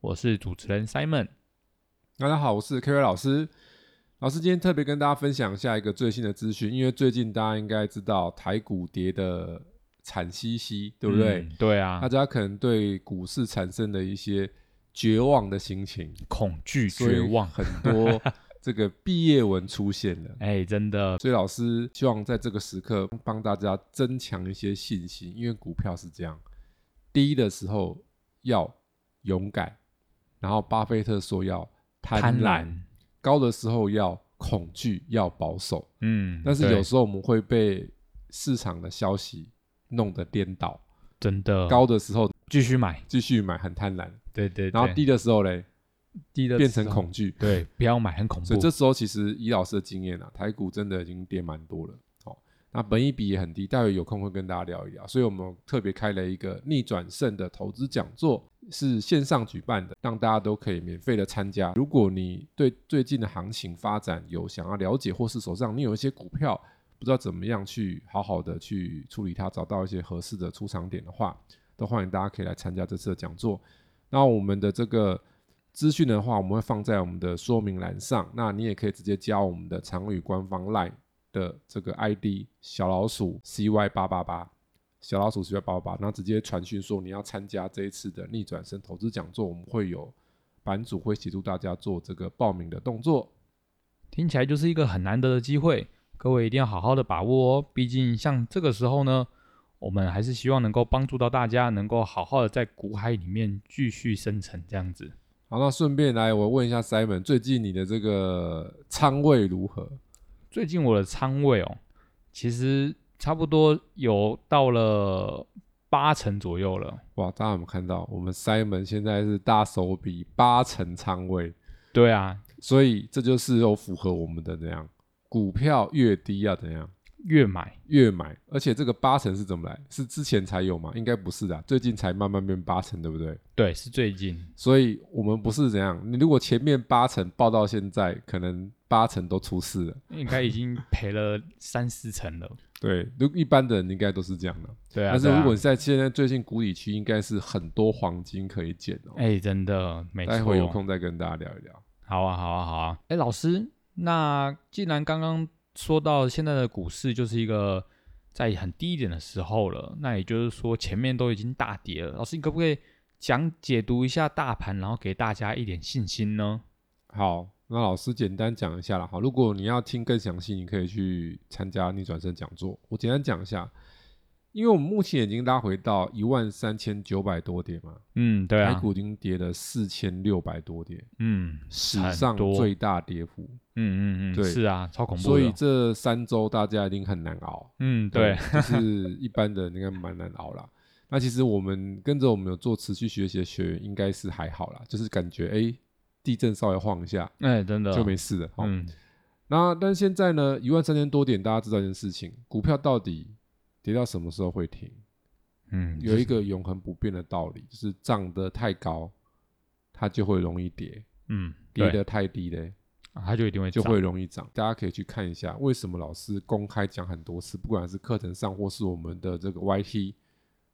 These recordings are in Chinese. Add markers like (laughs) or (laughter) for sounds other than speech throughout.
我是主持人 Simon。大家好，我是 K V 老师。老师今天特别跟大家分享一下一个最新的资讯，因为最近大家应该知道台股跌的惨兮兮，对不对？嗯对啊大，家可能对股市产生的一些绝望的心情，恐惧、所以绝望，很多这个毕业文出现了。哎，真的，所以老师希望在这个时刻帮大家增强一些信心，因为股票是这样，低的时候要勇敢，然后巴菲特说要贪婪婪，高的时候要恐惧，要保守。嗯，但是对有时候我们会被市场的消息弄得颠倒，真的高的时候继续买，继续买很贪婪，对对，然后对低的时候嘞低的变时成候，恐惧。对，不要买，很恐所怖以，这时候其实以老师的经验啊，台股真的已经跌蛮多了。哦，那本益比也很低，待会有空会跟大家聊一聊。所以我们特别开了一个逆转胜的投资讲座，是线上举办的，让大家都可以免费的参加。如果你对最近的行情发展有想要了解，或是手上你有一些股票不知道怎么样去好好的去处理它，找到一些合适的出场点的话，都欢迎大家可以来参加这次的讲座。那我们的这个资讯的话，我们会放在我们的说明栏上。那你也可以直接加我们的长宇官方 LINE 的这个 ID 小老鼠 CY 八八八，小老鼠 CY 八八八，然后直接传讯说你要参加这一次的逆转生投资讲座，我们会有版主会协助大家做这个报名的动作。听起来就是一个很难得的机会，各位一定要好好的把握哦。毕竟像这个时候呢，我们还是希望能够帮助到大家，能够好好的在股海里面继续生存，这样子。好，那顺便来，我问一下 Simon，最近你的这个仓位如何？最近我的仓位哦，其实差不多有到了八成左右了。哇，大家有没有看到？我们 Simon 现在是大手笔八成仓位，对啊，所以这就是有符合我们的那样，股票越低要怎样越买越买，而且这个八成是怎么来？是之前才有吗？应该不是的啊，最近才慢慢变八成，对不对？对是最近，所以我们不是怎样，你如果前面八成报到现在，可能八成都出事了。应该已经赔了三四成了。对，如一般的人应该都是这样的。对啊，但是对啊如果你在现在最近谷底区，应该是很多黄金可以捡哦。哎、真的没错，待会有空再跟大家聊一聊。好啊，好啊，好啊。哎，老师，那既然刚刚说到现在的股市就是一个在很低一点的时候了，那也就是说前面都已经大跌了。老师，你可不可以讲解读一下大盘，然后给大家一点信心呢？好，那老师简单讲一下啦。好，如果你要听更详细，你可以去参加逆转生讲座。我简单讲一下，因为我们目前已经拉回到一万三千九百多点嘛，嗯，对台啊，股已经跌了四千六百多点，嗯，史很上多最大跌幅。嗯嗯嗯，对是啊，超恐怖的。所以这三周大家一定很难熬。嗯， (laughs) 对，，就是一般的应该蛮难熬啦。那其实我们跟着我们有做持续学习的学员，应该是还好啦，就是感觉哎、诶地震稍微晃一下哎，真的就没事了。哦好嗯，那但现在呢，一万三千多点，大家知道一件事情：股票到底跌到什么时候会停？嗯，有一个永恒不变的道理，就是涨得太高，它就会容易跌；嗯，跌对，得太低嘞，啊它就一定会就涨会容易涨。大家可以去看一下，为什么老师公开讲很多次，不管是课程上或是我们的这个 YT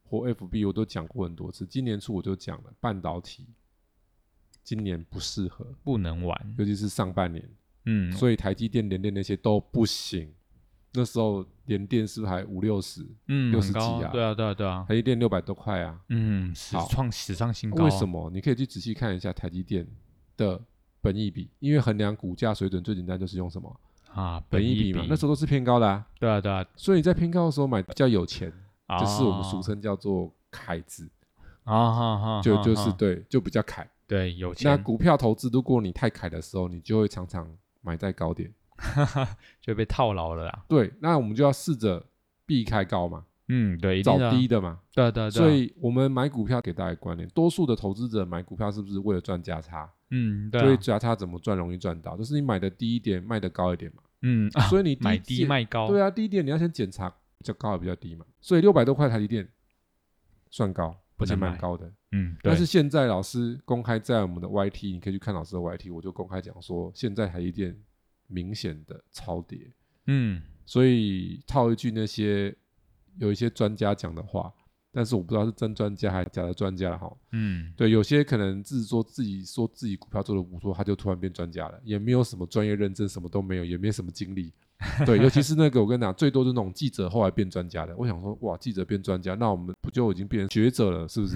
或 FB，我都讲过很多次。今年初我就讲了，半导体今年不适合，不能玩。尤其是上半年。嗯，所以台积电、联电那些都不行。那时候联电是不是还五六十？嗯， 60很高几啊对啊，对啊，对啊。台积电六百多块啊？嗯，史好创史上新高。啊为什？么？你可以去仔细看一下台积电的本益比，因为衡量股价水准最简单就是用什么啊，本益益比嘛。那时候候都是偏高的啊，对啊对啊，所以你在偏高的时候买比较有钱，啊就是我们俗称叫做凯子，啊哈哈，就哈就是哈对，就比较凯。对有钱，那股票投资，如果你太凯的时候，你就会常常买在高点。 (laughs) 就被套牢了啦。对，那我们就要试着避开高嘛，嗯，对，一定的找啊低，的嘛。对啊对啊，对啊所以我们买股票给大家观念，多数的投资者买股票是不是为了赚价差？嗯，对、所以啊，只要它怎么赚容易赚到，就是你买的低一点，卖的高一点嘛。嗯，所以你买低低件卖高，对啊，低一点你要先检查比较高还比较低嘛。所以六百多块台积电算高，不而且能蛮买高的。嗯，对但是现在老师公开在我们的 YT，你可以去看老师的 YT，我就公开讲说，现在台积电明显的超跌，嗯，所以套一句那些有一些专家讲的话，但是我不知道是真专家还是假的专家了哈。嗯，对，有些可能自己说自己说自己股票做的不错，他就突然变专家了，也没有什么专业认证，什么都没有，也没什么经历。对，尤其是那个，我跟你讲，最多就是那种记者后来变专家的。我想说，哇，记者变专家，那我们不就已经变成学者了，是不是？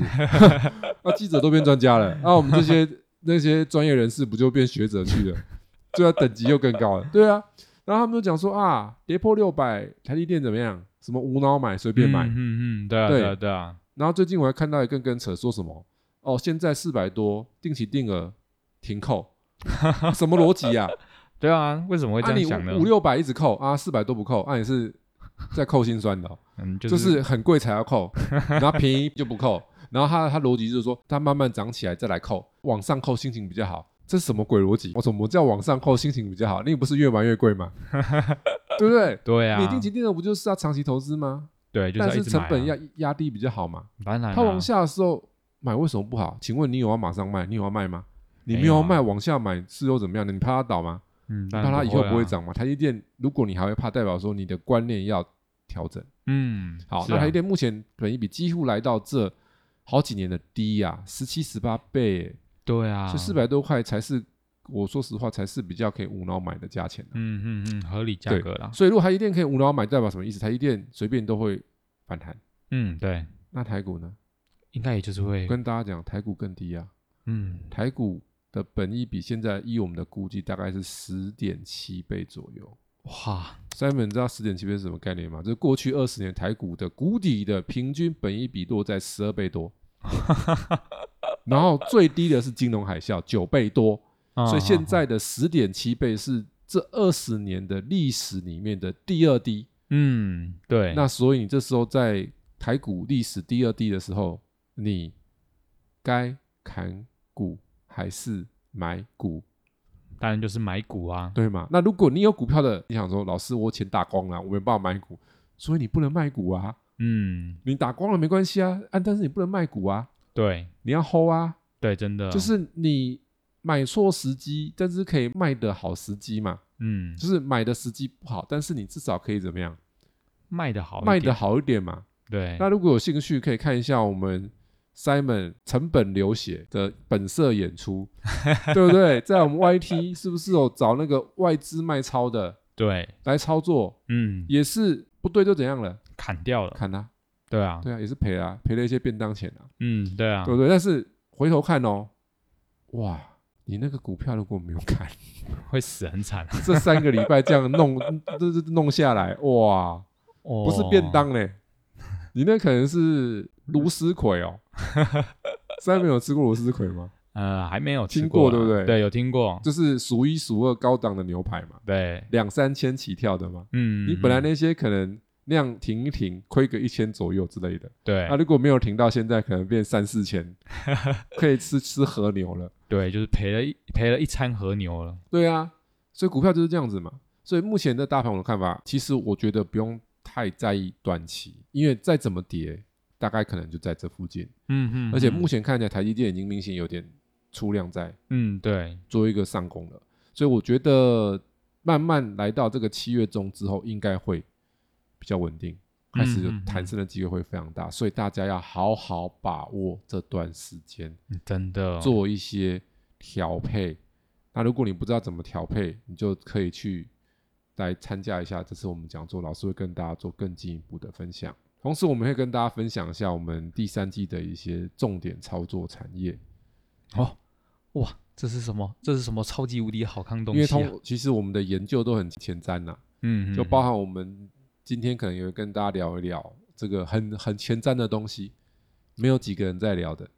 那记者都变专家了，那我们这些那些专业人士不就变学者去了？对啊，等级又更高了。对啊，然后他们就讲说啊，跌破六百，台积电怎么样？什么无脑买，随便买。嗯嗯嗯，对啊，对对啊，对啊，然后最近我还看到一个跟扯说什么哦，现在四百多定期定额停 (laughs) 扣，什么逻辑啊？对啊，为什 (laughs) 么会啊这你样想呢？五六百一直扣啊，四百多不扣，啊你是在扣心酸的哦、嗯，(laughs) 就就是很贵才要扣，然后便宜就不扣。然后他他逻辑就是说，它慢慢涨起来再来扣，往上扣心情比较好，这是什么鬼逻辑？我什么叫往上扣心情比较好？你不是越玩越 (laughs) 贵吗？对不对？对啊，你定期定额不就是要长期投资吗？对，就但要一是直成买本啊要压低比较好嘛。当然它啊往下的时候买为什么不好？请问你有要马上卖？你有要卖吗？你没没有有要啊卖，往下买是又怎么样的？你怕它倒吗？嗯，你当怕然它以后啊不会，涨吗？台积电，如果你还会怕，代表说你的观念要调整。嗯，好，是那啊台积电目前本益比几乎来到这好几年的低啊，十七十八倍耶，对啊，这四，百多块才是我说实话才是比较可以无脑买的价钱啊、嗯嗯嗯，合理价对格啦，所以如果台积电可以无脑买，代表什么意思？台积电随便都会反弹。嗯，对，那台股呢？应该也就是会我，跟大家讲，台股更低啊。嗯，台股的本益比现在依我们的估计大概是十点七倍左右。哇， Simon，你知道十点七倍是什么概念吗？就是过去二十年台股的谷底的平均本益比落在十二倍多，然后最低的是金融海啸九倍多，啊嗯所以现在的十点七倍是这二十年的历史里面的第二低。嗯，对，那所以你这时候在台股历史第二低的时候，你该砍股还是买股，当然就是买股啊，对吗？那如果你有股票的，你想说老师我钱打光了，我没办法买股，所以你不能卖股啊。嗯，你打光了没关系啊，啊，但是你不能卖股啊，对你要 hold 啊，对，真的就是你买错时机，但是可以卖的好时机嘛，嗯，就是买的时机不好，但是你至少可以怎么样，卖的好一点，哎卖的好一点嘛。对，那如果有兴趣，可以看一下我们 Simon 成本流血的本色演出，对不对？在我们 YT 是不是有找那个外资卖超的对，来操作？嗯，也是不对就怎样了？砍掉了，砍他、啊，对啊，对啊，也是赔啊，赔了一些便当钱啊，嗯，对啊对，不对？但是回头看哦，哇，你那个股票如果没有砍， (laughs) 会死很惨，这三个礼拜这样弄， (laughs) 这这弄下来，哇，哦， (laughs) 不是便，当嘞，你那可能是芦丝葵 (laughs) 哦。Simon 有吃过芦丝葵吗？呃，还没有吃听过啊对不对对，有听过，就是数一数二高档的牛排嘛，对，两三千起跳的嘛。嗯，你本来嗯那些可能那样停一停，亏个一千左右之类的，对啊那、如果没有停到现在，可能变三 (laughs) 四千，可以吃吃和牛了。对，就是赔了一赔了一餐和牛了，对啊，所以股票就是这样子嘛。所以目前的大盘我的看法，其实我觉得不用太在意短期，因为再怎么跌，大概可能就在这附近。嗯嗯，而且嗯目前看起来，台积电已经明显有点出量在嗯，对，做一个上攻了，所以我觉得慢慢来到这个七月中之后，应该会比较稳定，开始有嗯嗯嗯弹升的机会会非常大，所以大家要好好把握这段时间，嗯真的做一些调配。那如果你不知道怎么调配，你就可以去来参加一下这次我们讲座，老师会跟大家做更进一步的分享。同时，我们会跟大家分享一下我们第三季的一些重点操作产业。哦，哇，这是什么？这是什么超级无敌好看东因为西、啊？通其实我们的研究都很前瞻呐、嗯，嗯就包含我们今天可能也会跟大家聊一聊这个很很前瞻的东西，没有几个人在聊的。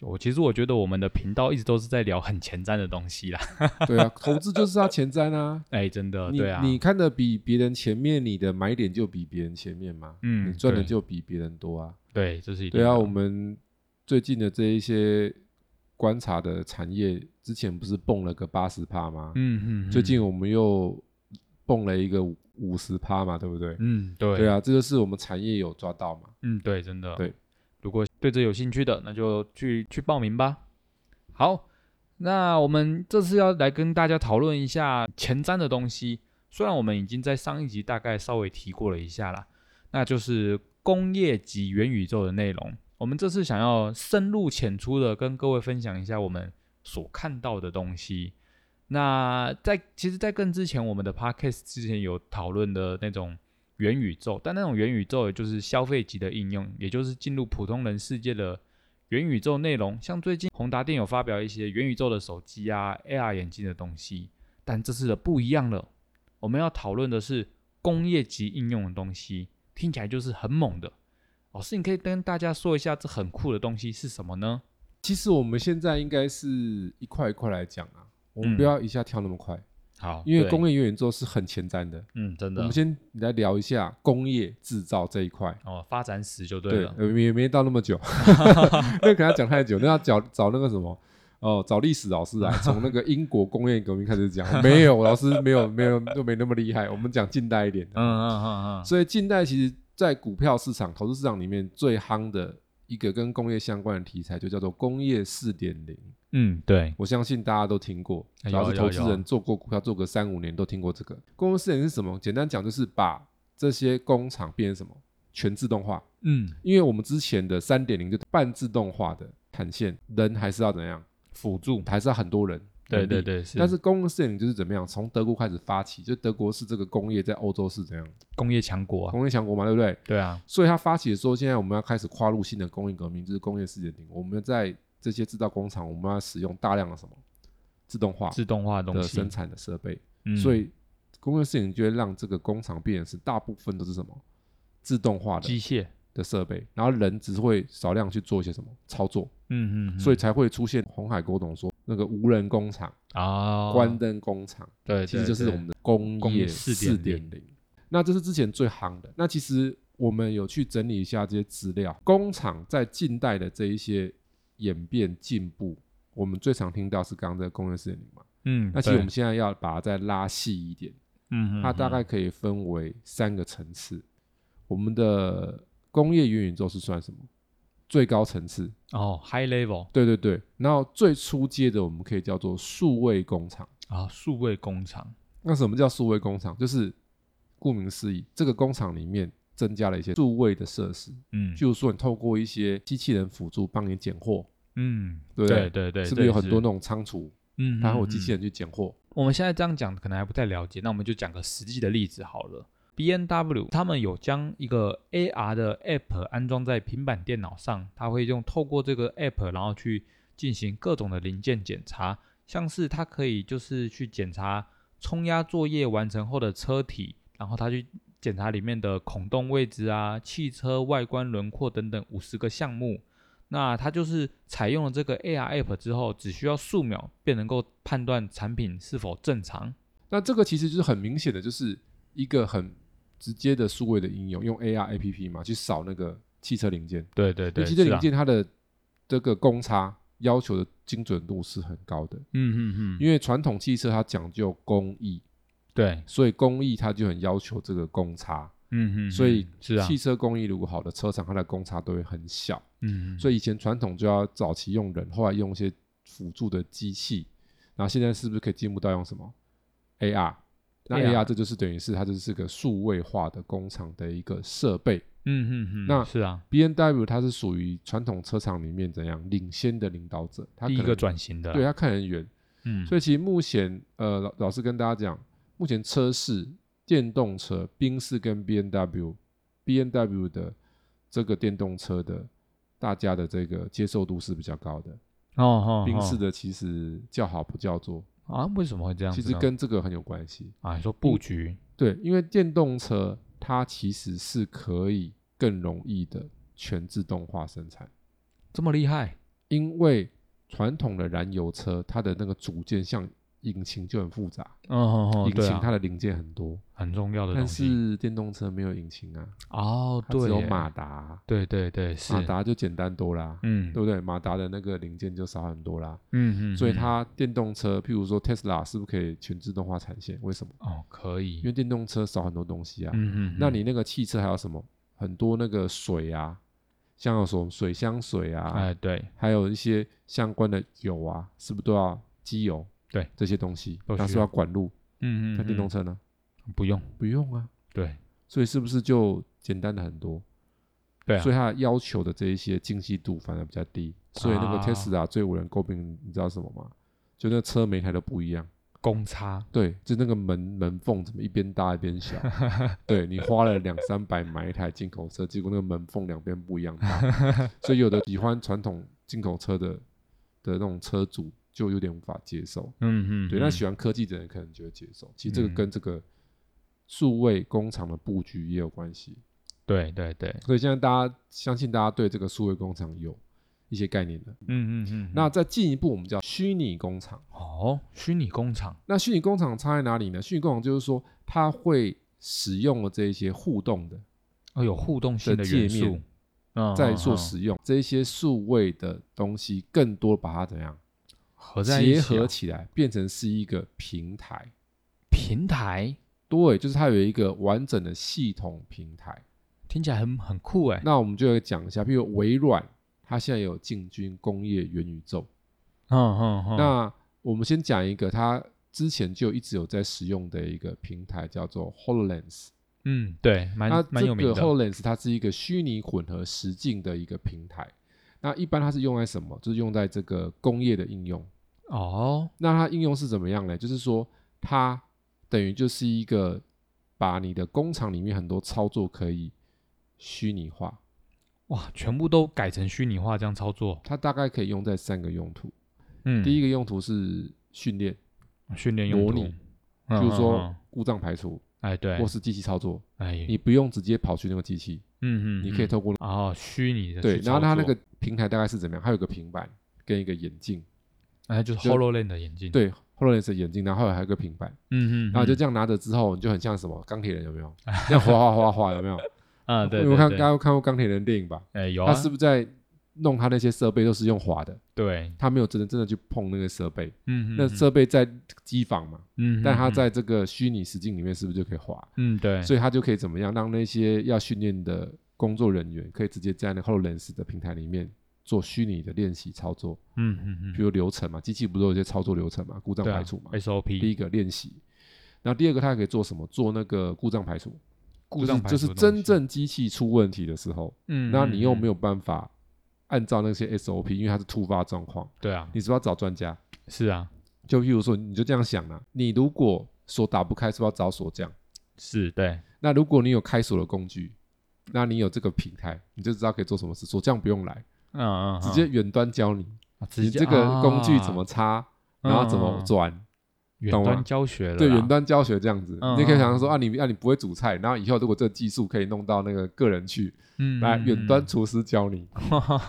我其实我觉得我们的频道一直都是在聊很前瞻的东西啦。对啊，投资就是要前瞻啊。哎，真的，你对啊，你看的比别人前面，你的买点就比别人前面嘛，嗯你赚的对就比别人多啊。对，这是一定对啊，的我们最近的这一些观察的产业之前不是蹦了个八十趴吗？嗯嗯，最近我们又蹦了一个五十趴嘛，对不对？嗯对对啊，这就是我们产业有抓到嘛。嗯，对，真的。对，如果对这有兴趣的，那就去去报名吧。好，那我们这次要来跟大家讨论一下前瞻的东西。虽然我们已经在上一集大概稍微提过了一下啦，那就是工业及元宇宙的内容。我们这次想要深入浅出的跟各位分享一下我们所看到的东西。那在其实，在更之前，我们的 podcast 之前有讨论的那种元宇宙，但那种元宇宙也就是消费级的应用，也就是进入普通人世界的元宇宙内容。像最近宏达电有发表一些元宇宙的手机啊、AR 眼镜的东西，但这次的不一样了。我们要讨论的是工业级应用的东西，听起来就是很猛的。老师，你可以跟大家说一下这很酷的东西是什么呢？其实我们现在应该是一块一块来讲啊，我嗯们不要一下跳那么快，好因为嗯对工业元宇宙是很前瞻的。嗯，真我的们先来聊一下工业制造这一块。哦，发展史就对啊对，了。呃也没到那 (laughs) 么久，那可能要讲太久，那要找找那个什么。哦，找历史老师来，从那个英国工业革命开始讲， (laughs) 没有老师没有没有就没那么厉害，我们讲近代一点的。嗯嗯嗯嗯，所以近代其实，在股票市场、投资市场里面最夯的一个跟工业相关的题材，就叫做工业四点零。嗯，对，我相信大家都听过，哎只要有是投资有有人做过股票，做个三五年都听过这个。工业四点零是什么？简单讲就是把这些工厂变成什么全自动化。嗯，因为我们之前的三点零就半自动化的产线，人还是要怎样，辅助，还是要很多人。对对人力。对，是但是工业四点零就是怎么样，从德国开始发起，就德国是这个工业在欧洲是怎样工业强国啊，工业强国嘛，对不对？对啊，所以它发起的时候，现在我们要开始跨入新的工业革命，就是工业四点零。我们在这些制造工厂，我们要使用大量的什么自动化自动化的东的西生，产的设备，嗯所以工业四点零就会让这个工厂变成是大部分都是什么自动化的机械，的设备，然后人只是会少量去做一些什么操作，嗯嗯，所以以才会出现红海郭董说那个无人工厂、啊，关灯工厂，对，其实就是对我们的工工业业四点零。那这是之前最夯的。那其实我们有去整理一下这些资料，工厂在近代的这一些演变进步，我们最常听到是刚刚在工业四点零嘛。嗯，那其实我对们现在要把它再拉细一点，嗯，嗯它大嗯概可以分为三个层次。我们的工业元宇宙是算什么？最高层次，哦，high level 对对对。然后最初阶的我们可以叫做数位工厂。啊，数位工厂，那什么叫数位工厂？就是顾名思义，这个工厂里面增加了一些数位的设施，嗯，譬如说你透过一些机器人辅助帮你捡货，嗯，对不对对对，是不这是有也很多那？种仓储，嗯，它会有嗯机嗯器人去捡货？我们现在这样讲可能还不太了解，那我们就讲个实际的例子好了。B N W 他们有将一个 A R 的 App 安装在平板电脑上，它会用透过这个 App，然后去进行各种的零件检查，像是它可以就是去检查冲压作业完成后的车体，然后它去检查里面的孔洞位置啊、汽车外观轮廓等等五十个项目。那它就是采用了这个 AR app 之后，只需要数秒便能够判断产品是否正常。那这个其实就是很明显的，就是一个很直接的数位的应用，用 AR APP 嘛去扫那个汽车零件，对对啊因为汽车零件它的这个公差要求的精准度是很高的，嗯嗯嗯，因为传统汽车它讲究工艺，对，所以工艺它就很要求这个公差。嗯嗯，所以是啊，汽车工艺如果好的车厂，它的公差都会很小。嗯，所以以以前传统就要早期用人，后来用一些辅助的机器，然后现在是不是可以进步到用什么 AR？那 AR AR 这就是等于是它就是个数位化的工厂的一个设备。嗯嗯嗯，那是啊， B N W 它是属于传统车厂里面怎样领先的领导者，它第一可个能转型的，啊对，它看很远。嗯，所以其实目前呃老老师跟大家讲，目前车市电动车，宾士跟 B N W B N W 的这个电动车的大家的这个接受度是比较高的。哦哦，宾士的其实叫好不叫座，啊，为什么会这样其子呢？实跟这个很有关系。啊，你说布局，对，因为电动车它其实是可以更容易的全自动化生产，这么厉害，因为传统的燃油车它的那个组件像引擎就很复杂，嗯哼哼，引对擎啊，它的零件很多，很重要的东但西。是电动车没有引擎啊，哦，它对耶，只有马达，对对对，是，马达就简单多啦，嗯，对不对？马达的那个零件就少很多啦，嗯嗯，所以嗯它电动车，譬如说 Tesla 是不是可以全自动化产线？为什么？哦可以因，为电动车少很多东西啊。嗯嗯，那嗯你那个汽车还有什么？很多那个水啊，像有什么水箱水啊，哎对，还有一些相关的油啊，是不是都要机油？对，这些东西都需要那是要管路。嗯嗯，那电动嗯车呢？不用，不用啊，对所以是不是就简单的很多？对啊所，以它要求的这一些精细度反而比较低。所以那个啊 Tesla 最为人诟病，你知道什么吗？就那车每台都不一样，公差，对，就那个门门缝怎么一边大一 (laughs) 边小？对你花了两三百买一台进口车，结果那个门缝两边不一样大， (laughs) 所以有的喜欢传统进口车的的那种车主就有点无法接受。嗯嗯，对，嗯那喜欢科技的人可能就会接受。其实这个嗯跟这个数位工厂的布局也有关系。对对对，所以现在大家相信大家对这个数位工厂有一些概念的。嗯嗯嗯，那再进一步，我们叫虚拟工厂。哦，虚拟工厂，那虚拟工厂差在哪里呢？虚拟工厂就是说它会使用了这一些互动的，哦，有互动性的元界素面，嗯，在嗯做嗯使用这一些数位的东西，更多把它怎样合在一结起合啊起来，变成是一个平台。平台，对，就是它有一个完整的系统平台。听起来很很酷哎，那我们就来讲一下，譬如微软，它现在有进军工业元宇宙。嗯嗯嗯，那我们先讲一个，它之前就一直有在使用的一个平台，叫做 HoloLens。嗯对，蛮那蛮这有名个的， HoloLens 它是一个虚拟混合实境的一个平台。那一般它是用在什么？就是用在这个工业的应用。哦，那它应用是怎么样呢？就是说，它等于就是一个把你的工厂里面很多操作可以虚拟化。哇，全部都改成虚拟化这样操作，它大概可以用在三个用途。嗯，第一一个用途是训练，嗯训练用模途拟，比嗯如嗯说嗯故障排除哎对或，是机器操作，哎，你不用直接跑去那个机器，嗯嗯，你可以嗯透过哦，虚拟的对，去然后它操那个作，平台大概是怎么样？它有个平板跟一个眼镜，哎，就是就 Hololand 的眼镜，，对，HoloLens 的眼镜，然后还有个平板，嗯嗯，然后就嗯这样拿着之后，你就很像什么钢铁人有没 (laughs) 有？这样哗哗哗哗有没有？啊，对，你有看对大，家有看过钢铁人电影吧？对哎有他啊，是不是在弄他那些设备都是用滑的？对，他没有真的真的去碰那个设备，嗯，那嗯，设备在机房嘛，嗯，嗯但他，嗯在这个虚拟实境里面是不是就可以滑？嗯对，所以他就可以怎么样，让那些要训练的工作人员可以直接在那 HoloLens 的平台里面做虚拟的练习操作，嗯嗯嗯，比如流程嘛，机器不都有一些操作流程嘛，故障对啊排除嘛，第 SOP 一个练习。那第二个，它可以做什么？做那个故障排除，故障排就是除就是的东真西，正机器出问题的时候，嗯，那你又没有有办法按照那些 SOP，因为它是突发状况，对啊，你是不是要找专家？是啊，就譬如说，你就这样想啦、你如果锁打不开，是不是要找锁匠？是对，那如果你有开锁的工具，那你有这个平台，你就知道可以做什么事。锁匠不用来，嗯嗯，直嗯接远端教你，啊直你接这个工具怎啊么插，然后怎么转，远懂吗端教学了啦，对，远端教学这样子。嗯你可以想象说啊，你啊你不会煮菜，然后以后如果这技术可以弄到那个个人去，嗯，来嗯远嗯端厨师 (laughs) 教你，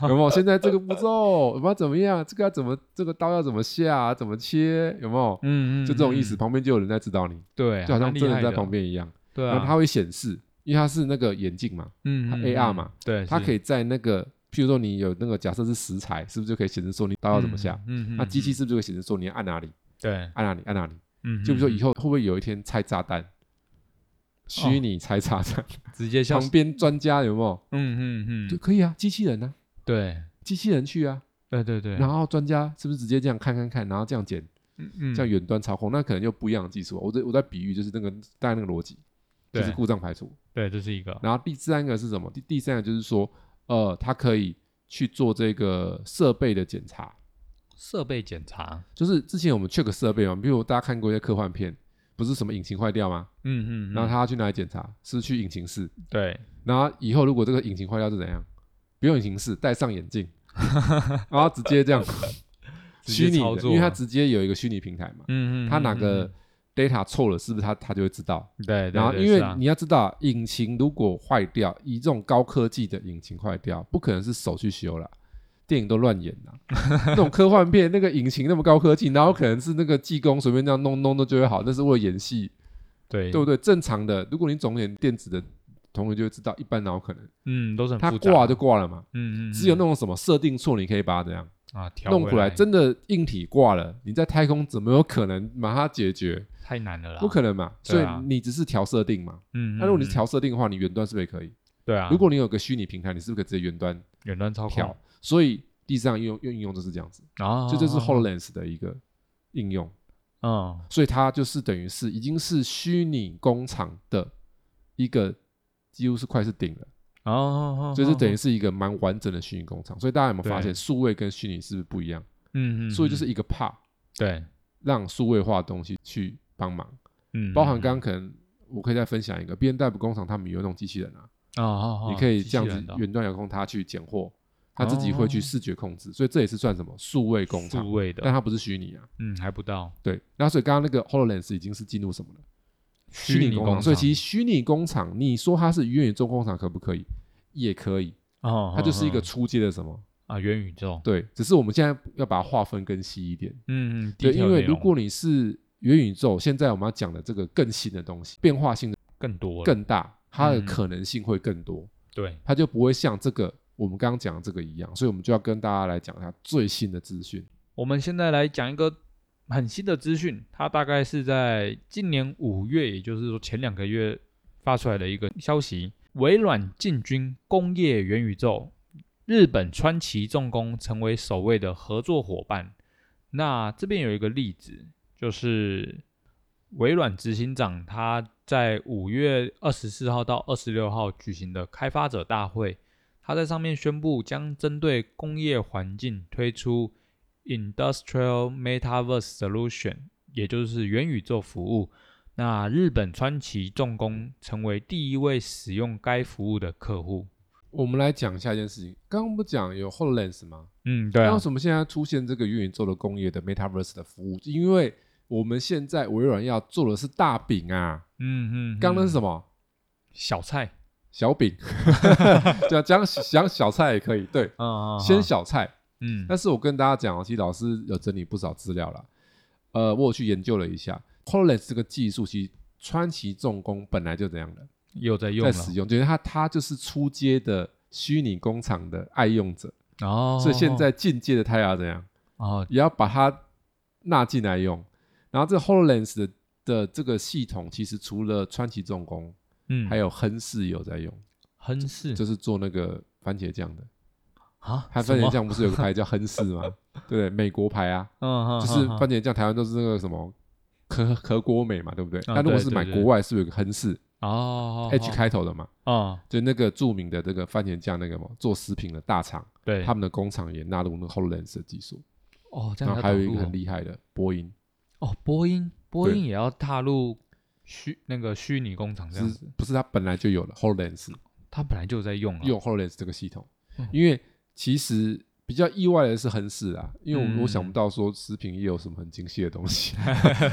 有没有？现在这个步骤有没有怎么样？这个要怎么，这个刀要怎么下，怎么切，有没有？嗯嗯，就这种意思，嗯，旁边就有人在指导你，对，啊就好像蛮厉真的害在旁，边一样。对然啊，后它会显示，因为它是那个眼镜嘛，嗯它嗯 AR 嗯嘛对，它是可以在那个，譬如说你有那个假设是食材，是不是就可以显示说你刀要怎么下？，嗯嗯，那机器嗯是不是就会显示说你要按哪里，对，按哪里，按哪里？嗯，就比如说以后后会不会有一天拆炸弹，虚拟拆炸弹，直接哦像旁，边专家有没有？嗯嗯就嗯，可以啊，机器人啊，对，机器人去啊，对对对，然后专家是不是直接这样看看看，然后这样剪，嗯嗯这样远端操控，那可能又不一样的技术。我在我在比喻就是那个大概那个逻辑，就是对哦故障排除。对，这是一个，然后第三个是什么？第第三个就是说，呃，它可以去做这个设备的检查，设备检查，就是之前我们 check 设备嘛，比如大家看过一些科幻片，不是什么引擎坏掉吗？嗯嗯，然后嗯他要去哪里检查？是去引擎室。对，然后以后如果这个引擎坏掉是怎样？不用引擎室，戴上 (laughs) 眼镜，然后直接这样直接虚拟操的，作因为它直接有一个虚拟平台嘛，嗯嗯，它哪嗯个嗯 data 错了，是不是它它就会知道？嗯对，对然后，对因是为啊你要知道，引擎如果坏掉，以这种高科技的引擎坏掉，不可能是手去修啦，电影都乱演呐、 (laughs) 那种科幻片，那个引擎那么高科技，然后可能是那个技工随便这样弄弄弄就会好，那是为了演戏，对对不对？正常的，如果你总演电子的，同学就会知道，一般哪有可能？嗯，都是很他复杂挂就挂了嘛，嗯嗯，嗯只有那种什么设定错，你可以把它怎样啊调弄回回来。来，真的硬体挂了，你在太空怎么有可能把它解决？太难了啦，不可能嘛，所对以啊你只是调设定嘛。嗯，嗯，那如果你嗯是调设定的话，你远端是不是也可以？对啊，如果你有个虚拟平台，你是不是可以直接远端远端操调控，？所以第三应用应用就是这样子，啊，所以这是啊 HoloLens 的一个应用，啊嗯所以它就是等于是已经是虚拟工厂的一个几乎是快是顶了，哦哦，哦所以这等于哦是一个蛮完整的虚拟工厂。所以大家有没有发对现数位跟虚拟是不是不一样？嗯嗯，所以就是嗯一个 part 对，让数位化的东西去帮忙，嗯，包含嗯刚刚可能我可以再分享一个 B N W 工厂，他们有那种机器人啊，嗯哦哦，哦你可以机这样器子人的哦远端遥控它去拣货，它自己会去哦视觉控制，所以这也是算什么数位工厂数，位但的，它不是虚拟啊。嗯，还不到对，那所以刚刚那个 Hololens 已经是进入什么了？虚拟工厂。所以其实虚拟工厂，你说它是元宇宙工厂可不可以？也可以，哦，它就是一个哦出街的什么？哦啊元宇宙，对，只是我们现在要把它划分更细一点。嗯嗯，对， detail 因内为如容果你是元宇宙，现在我们要讲的这个更新的东西，变化性的更多了更大，它的嗯可能性会更多。对，它就不会像这个我们刚刚讲的这个一样，所以我们就要跟大家来讲一下最新的资讯。我们现在来讲一个很新的资讯，它大概是在今年五月，也就是说前两个月发出来的一个消息：微软进军工业元宇宙，日本川崎重工成为首位的合作伙伴。那这边有一个例子，就是微软执行长他在五月二十四号到二十六号举行的开发者大会，他在上面宣布将针对工业环境推出 Industrial Metaverse Solution，也就是元宇宙服务。那日本川崎重工成为第一位使用该服务的客户。我们来讲一下一件事情，刚刚不讲有 HoloLens 吗？嗯，对那啊为，什么现在出现这个元宇宙的工业的 Metaverse 的服务？因为我们现在微软要做的是大饼啊，嗯嗯，刚刚那么是什么？小菜？(laughs) 小饼，对啊，讲讲小菜也可以，对，嗯，嗯先，小菜。嗯但是我跟大家讲哦，其实老师有整理不少资料啦，呃，我有去研究了一下 HoloLens 这个技术，其实川崎重工本来就怎样的，又在用在了，使用，就是它它就是出街的虚拟工厂的爱用者，哦，所以现在进阶的它要怎样，哦，也要把它纳进来用。然后这 HoloLens 的的这个系统，其实除了川崎重工，嗯，还有亨氏有在用，亨氏就是做那个番茄酱的。啊，它什番么茄，酱不是有个牌叫亨氏吗？ (laughs) 对不对？美国牌啊，嗯，嗯就是嗯番茄酱，台湾都是那个什么可可国美嘛，对不对？啊那如果对是对买对国外，是不是有个亨氏哦 H，开头的嘛？哦，就那个著名的这个番茄酱那个嘛，做食品的大厂，对，他们的工厂也纳入那个 HoloLens 的技术，哦，这样然后才还有一导个入很厉害的波音，哦，波音，波对音也要踏入虚那个虚拟工厂这样是子，不是它本来就有了 HoloLens，它本来就在用啊，用 HoloLens 这个系统嗯，因为其实。比较意外的是亨氏啊，因为我嗯我想不到说食品业有什么很精细的东西，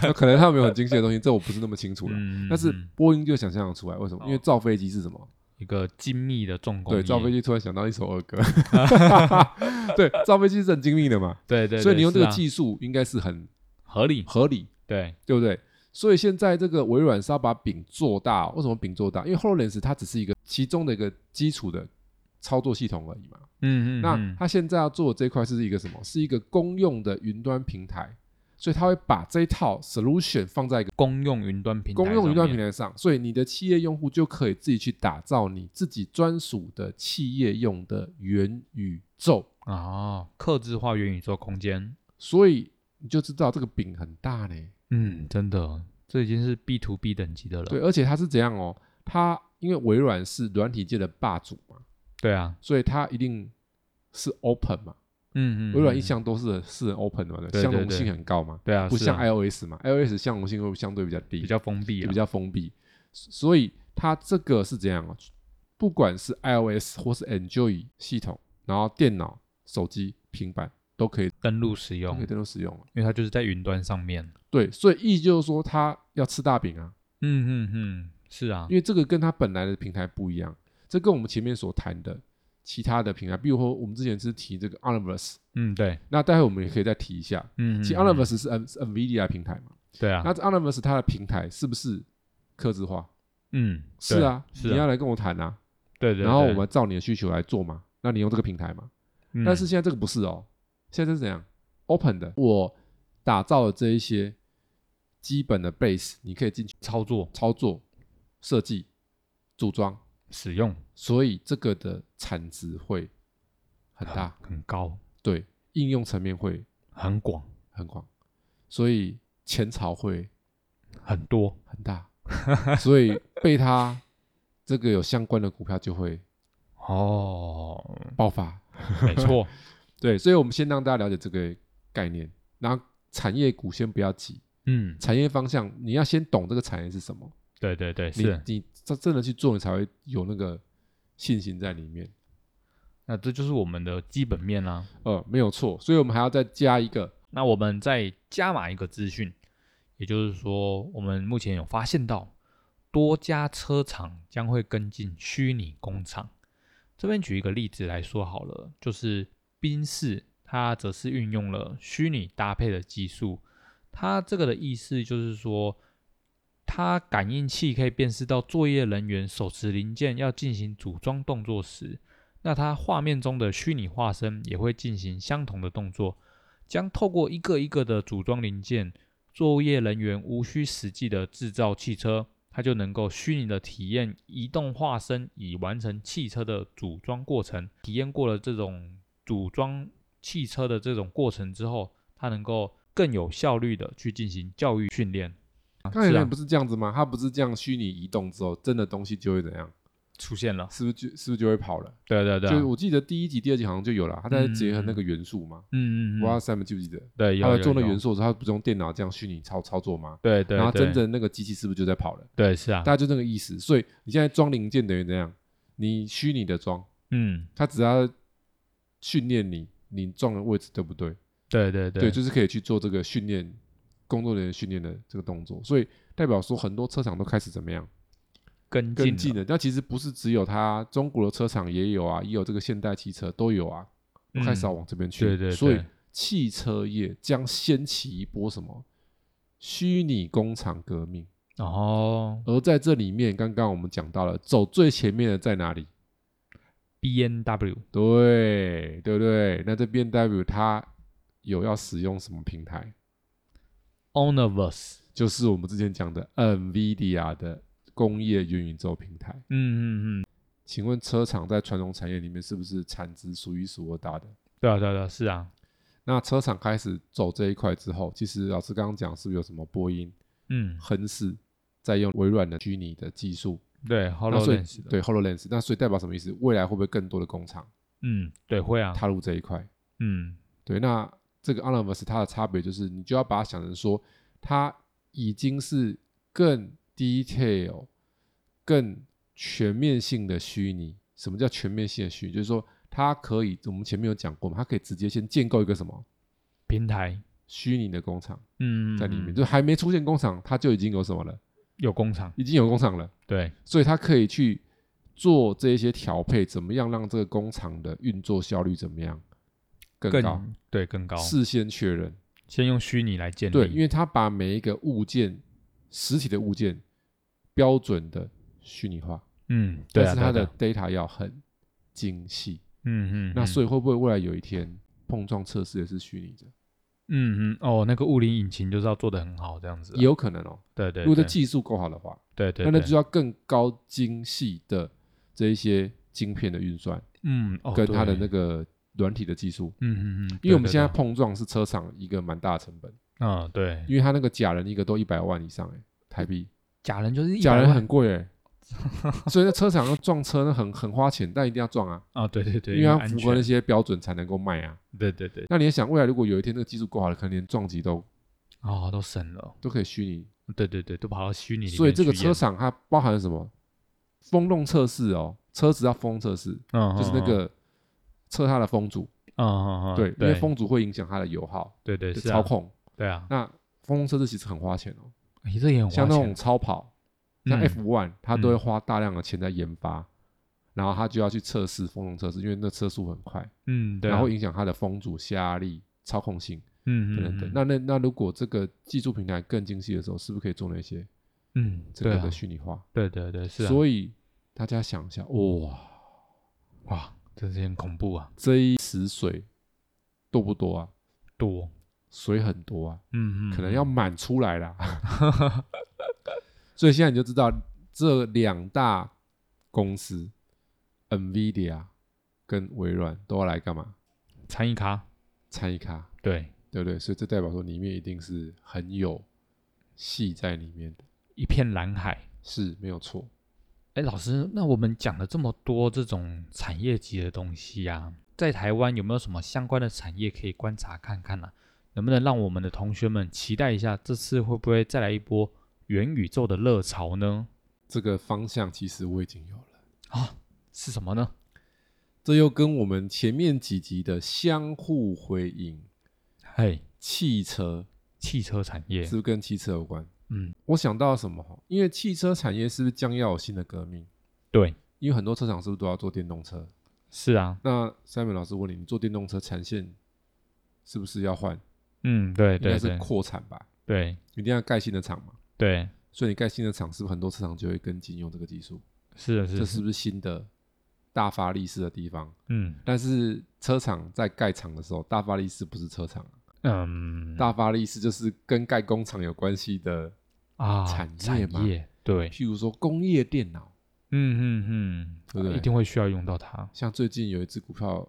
那 (laughs) 可能他们有很精细的东西，这我不是那么清楚了。嗯，但是嗯波音就想象得出来，为什么？因为哦造飞机是什么？一个精密的重工业，对，造飞机突然想到一首 (laughs) 儿歌，对，造飞机是很精密的嘛，对对，所以对你用这是个啊技术应该是很合理，合理，对，对不对？所以现在这个微软是要把饼做大哦，为什么饼做大？因为 HoloLens 它只是一个其中的一个基础的操作系统而已嘛。嗯嗯，那嗯它现在要做的这块是一个什么？是一个公用的云端平台，所以它会把这一套 solution 放在一个公用云端平台，公用云端平，台上，所以你的企业用户就可以自己去打造你自己专属的企业用的元宇宙。哦，客制化元宇宙空间，所以你就知道这个饼很大呢。嗯，真的，这已经是 B to B 等级的了，对，而啊且它是怎样哦？它因为微软是软体界的霸主嘛，对啊，所以它一定是 open 嘛。嗯嗯，微软一嗯，向都是是很 open 嘛对的，相容对性很高嘛，对啊，不是像啊 iOS 嘛，iOS 相容性会相对比较低，比较封闭也啊，比较封闭。所以它这个是怎样哦？不管是 iOS 或是 Enjoy 系统，然后电脑、手机、平板都可以登录使都用可以，登录使用了。因为它就是在云端上面，对，所以意思就是说它要吃大饼啊，嗯嗯嗯，是啊因，为这个跟它本来的平台不一样，这跟我们前面所谈的其他的品牌，比如说我们之前是提这个 Omniverse，嗯，对，那待会我们也可以再提一下。嗯，其实嗯嗯 Omniverse 是 N 是 NVIDIA 的平台嘛，对啊，那这 Omniverse 它的平台是不是客制化？嗯，是对，啊，是啊你要来跟我谈啊，对对，然后对我们照你的需求来做嘛，那你用这个平台嘛。嗯但是现在这个不是哦，现在这是怎样？Open 的，我打造了这一些基本的 base，你可以进去操作操作、设计、组装，使用所以这个的产值会很大，很高对，应用层面会很广很广，所以前朝会很多，很大， (laughs) 所以被它这个有相关的股票就会哦，爆发。没错，对，所以我们先让大家了解这个概念，然后产业股先不要急，嗯，产业方向你要先懂这个产业是什么，对对对，你是。你真真的去做，你才会有那个信心在里面。那这就是我们的基本面啦、呃，没有错，所以我们还要再加一个，那我们再加码一个资讯，也就是说，我们目前有发现到多家车厂将会跟进虚拟工厂。这边举一个例子来说好了，就是宾士，它则是运用了虚拟搭配的技术。它这个的意思就是说，它感应器可以辨识到作业人员手持零件要进行组装动作时，那它画面中的虚拟化身也会进行相同的动作，将透过一个一个的组装零件，作业人员无需实际的制造汽车，它就能够虚拟的体验移动化身，以完成汽车的组装过程。体验过了这种组装汽车的这种过程之后，它能够更有效率的去进行教育训练。刚是才啊那不是这样子吗？它不是这样虚拟移动之后，真的东西就会怎样？出现了，是不是就是不是就会跑了？对对对啊，就我记得第一集、第二集好像就有了，它在结合那个元素嘛。嗯嗯嗯，我不知道 Sam 记不记得，对，他有在做那有元有素的时候，他不是用电脑这样虚拟操操作吗？对对，然后对真正那个机器是不是就在跑了？对是啊大，家就那个意思。所以你现在装零件等于怎样？你虚拟的装，嗯，它只要训练你，你撞的位置对不对？对对对，就是可以去做这个训练工作人员训练的这个动作。所以代表说，很多车厂都开始怎么样跟进跟了进了。那其实不是只有它，中国的车厂也有啊，也有这个现代汽车都有啊，都开始要往这边嗯去。对对对所以汽车业将掀起一波什么虚拟工厂革命。哦而在这里面，刚刚我们讲到了，走最前面的在哪里？ ，B N W，对，对不对？那这 B N W 它有要使用什么平台？ Omniverse，就是我们之前讲的 NVIDIA 的工业元宇宙平台。嗯嗯嗯，请问车厂在传统产业里面是不是产值数一数二大的？对啊对啊对啊，是啊，那车厂开始走这一块之后，其实老师刚刚讲是不是有什么波音、嗯，亨氏在用微软的虚拟的技术？对那所以 HoloLens 的，对 HoloLens，那所以代表什么意思？未来会不会更多的工厂嗯，对会啊，踏入这一块？嗯，对，那这个 Omniverse 它的差别就是，你就要把它想成说，它已经是更 detail、更全面性的虚拟。什么叫全面性的虚拟？就是说，它可以，我们前面有讲过嘛，它可以直接先建构一个什么平台，虚拟的工厂嗯，在里面，嗯就还没出现工厂，它就已经有什么了，有工厂，已经有工厂了，对，所以它可以去做这些调配，怎么样让这个工厂的运作效率怎么样更高？更对更高，事先确认。先用虚拟来建立，对，因为它把每一个物件、实体的物件标准的虚拟化，嗯，对但啊，是对啊它对的啊 data 要很精细。嗯嗯，那嗯所以会不会未来有一天碰撞测试也是虚拟的？嗯嗯哦，那个物理引擎就是要做的很好这样子啊，也有可能哦。对对，如果这对技术够好的话，对对，那那对就要更高精细的这一些晶片的运算嗯哦跟它的那对个软体的技术。嗯嗯嗯，因为我们对现在，对碰撞是车厂一个蛮大的成本，对嗯对，因为它那个假人一个都一百万以上哎、台币。假人就是假人100万很 (laughs) 贵哎、所以那车厂要撞车那很很花钱，但一定要撞啊，啊，对对对，因为它安符全合那些标准才能够卖啊。对对对，那你也想，未来如果有一天这个技术够好了，可能连撞击都哦，都省了，都可以虚拟，对对对，都跑到虚拟里面所以这个去车验，厂它包含了什么？风洞测试哦，车子要风测试，嗯，就是那个测它的风阻，嗯，嗯嗯嗯，对，因对为风阻会影响它的油耗、对对是啊操，控。对啊，那风洞测试其实很花钱哦，你这也很花像那钱种超跑，像嗯 F1，它嗯都会花大量的钱在研发。然后他就要去测试风洞测试，因为那车速很快，嗯，对啊，然后影响它的风阻、下压力、操控性嗯嗯等等等。嗯那那那如果这个技术平台更精细的时候，是不是可以做那些嗯，这对个啊的，虚拟化？对对对，是啊，嗯所以大家想一下，哦哇，哇，这是很恐怖啊，这一池水多不多啊？多，水很多啊，嗯嗯，可能要满出来啦。 (laughs) 所以现在你就知道这两大公司，NVIDIA 跟微软都要来干嘛？参与咖，参一咖，对，对不对？所以这代表说里面一定是很有戏在里面的，一片蓝海。是没有错。哎，老师，那我们讲了这么多这种产业级的东西啊，在台湾有没有什么相关的产业可以观察看看呢、能不能让我们的同学们期待一下，这次会不会再来一波元宇宙的热潮呢？这个方向其实我已经有了，是什么呢？这又跟我们前面几集的相互回应。嘿，汽车汽车产业是不是跟汽车有关？嗯，我想到什么？因为汽车产业是不是将要有新的革命？对，因为很多车厂是不是都要做电动车？是啊，那 Simon 老师问你，你做电动车产线是不是要换？嗯，对应该对是对扩产吧，对一定要盖新的厂嘛。对，所以你盖新的厂，是不是很多车厂就会跟进用这个技术？是的，是这的是不是新的大发力士的地方？嗯但是车厂在盖厂的时候，大发力士不是车厂啊，嗯大发力士就是跟盖工厂有关系的，啊产业产嘛业对，譬如说工业电脑，嗯嗯对不嗯，对一定会需要用到它。像最近有一只股票，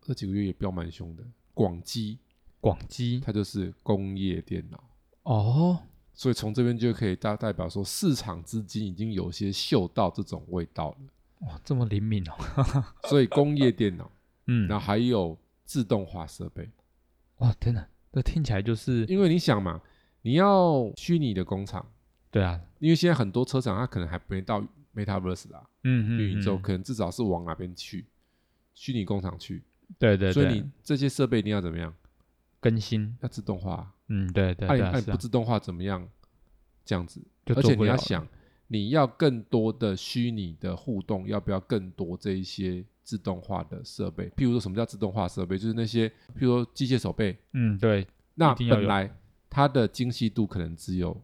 这几个月也飙蛮凶的，广基，广基它就是工业电脑。哦，所以从这边就可以大代表说，市场资金已经有些嗅到这种味道了。哇，这么灵敏哦，所以工业电脑，嗯，然后还有自动化设备，哇，天哪，这听起来就是因为你想嘛，你要虚拟的工厂，对啊，因为现在很多车厂它可能还没到 Metaverse 啦，嗯嗯，元宇宙嗯可能至少是往哪边去，虚拟工厂去。对对，所以对你这些设备一定要怎么样？更新，要自动化啊，嗯，对对对那你啊，那你是不啊，自动化怎么样？这样子，就而做且不你要了了想，你要更多的虚拟的互动，要不要更多这一些自动化的设备？譬如说，什么叫自动化设备？就是那些，譬如说机械手背，嗯，对，那一定要有本来它的精细度可能只有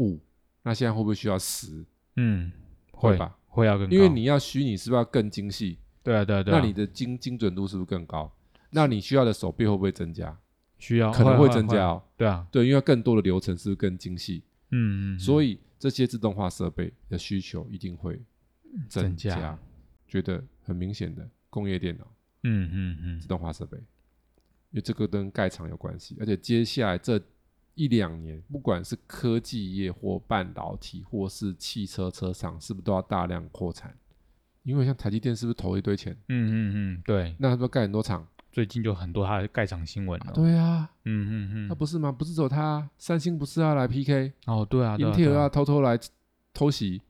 五，那现在会不会需要十？嗯，会吧？会要更高，因为你要虚拟，是不是要更精细？对啊对啊对啊，那你的精精准度是不是更高？那你需要的手臂会不会增加？需要可能会会增加，会哦。对啊，对，因为更多的流程是不是更精细？嗯嗯，所以以这些自动化设备的需求一定会增增加觉得很明显的工业电脑、嗯嗯嗯自动化设备，因为这个跟盖厂有关系，而且接下来这一两年，不管是科技业或半导体，或是汽车车厂，是不是都要大量扩产？因为像台积电是不是投了一堆钱？嗯嗯嗯，对，那他们盖很多厂，最近就很多它的盖厂新闻了，对啊，嗯嗯那嗯，不是吗？不是走他啊，三星不是要来 PK，哦对啊，对英啊特对尔啊要，偷偷来偷袭，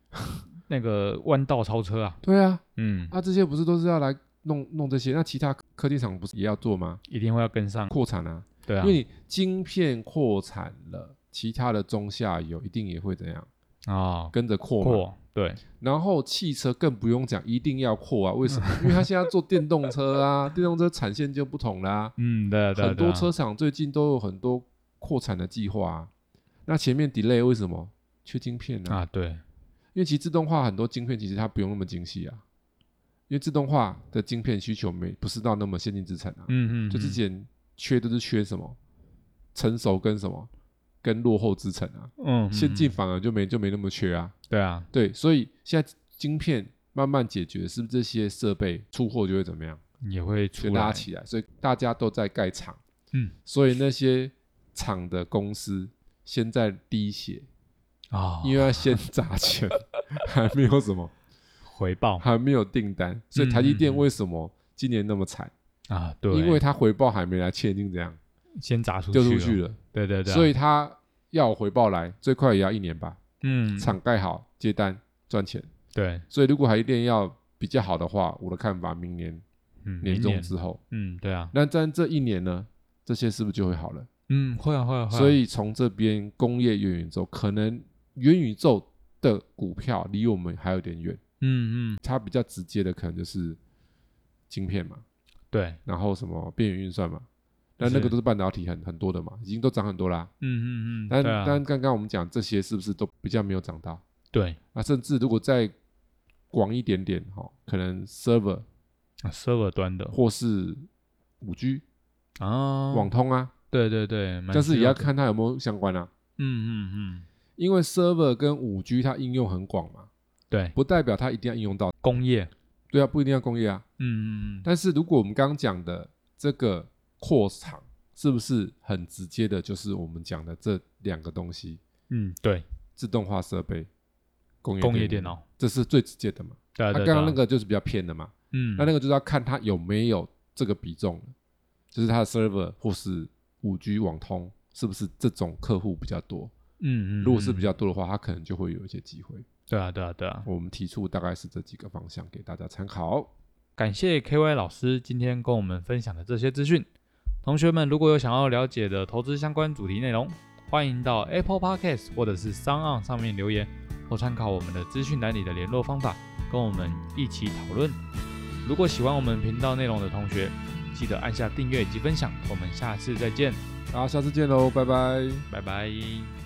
那个弯道超车啊，对啊，嗯，啊，这些不是都是要来弄弄这些？那其他科技厂不是也要做吗？一定会要跟上，扩产啊，对啊，因为你晶片扩产了，其他的中下游一定也会怎样啊跟着扩嘛。过对，然后汽车更不用讲，一定要扩啊！(laughs) 为什么？因为它现在做电动车啊， (laughs) 电动车产线就不同啦、嗯对啊对啊，很对多啊车厂最近都有很多扩产的计划啊。那前面 delay 为什么？缺晶片啊，啊对，因为其实自动化很多晶片其实它不用那么精细啊，因为自动化的晶片需求没不是到那么先进制程啊。嗯嗯，就之嗯前缺都是缺什么成熟跟什么跟落后之城啊，嗯，先嗯进嗯反而就没就没那么缺啊。对啊，对，所以现在晶片慢慢解决，是不是这些设备出货就会怎么样，也会出就拉来，起来？所以大家都在盖厂，嗯，所以那些厂的公司现在滴血，啊，因为要先 (laughs) 砸钱，还没有什么，回报还没有订单，所以台积嗯电嗯嗯为什么今年那么惨？啊，对，因为它回报还没来，确定怎样先砸出就出去去了，了。对对对啊，所以他要回报来，最快也要一年吧。嗯，厂盖好接单赚钱，对，所以如果还一定要比较好的话，我的看法，明年嗯，年明终年，之后，嗯，对啊，那在这一年呢，这些是不是就会好了？嗯，会啊会啊会啊，所以从这边工业元宇宙，可能元宇宙的股票离我们还有点远，嗯嗯，它比较直接的可能就是晶片嘛，对，然后什么边缘运算嘛，但那是个都是半导体很很多的嘛，已经都涨很多啦。嗯嗯嗯，但、对啊但刚刚我们讲这些是不是都比较没有涨到？对啊，甚至如果再广一点点哈、哦，可能 server 啊 server 端的或是五 G 啊，网通啊，对对对，蛮但是也需要的，看它有没有相关啊，嗯嗯嗯，因为 server 跟五 G 它应用很广嘛，对，不代表它一定要应用到，工业，对啊，不一定要工业啊。嗯嗯嗯，但是如果我们刚刚讲的这个扩厂，是不是很直接的，就是我们讲的这两个东西，嗯对，自动化设备、工业工业电，脑，这是最直接的嘛？对啊那对啊，刚刚那个就是比较偏的嘛，嗯，那那个就是要看它有没有这个比重了，就是它的 server 或是五 G 网通是不是这种客户比较多？嗯嗯，如果是比较较多的话，它可能就会有一些机会。对啊对啊对啊，我们提出大概是这几个方向给大家参考。感谢 KY 老师今天跟我们分享的这些资讯。同学们如果有想要了解的投资相关主题内容，欢迎到 Apple Podcast 或者是 s o n 上面留言，或参考我们的资讯栏里的联络方法，跟我们一起讨论。如果喜欢我们频道内容的同学，记得按下订阅以及分享。我们下次再见，大家下次见喽，拜拜。拜拜。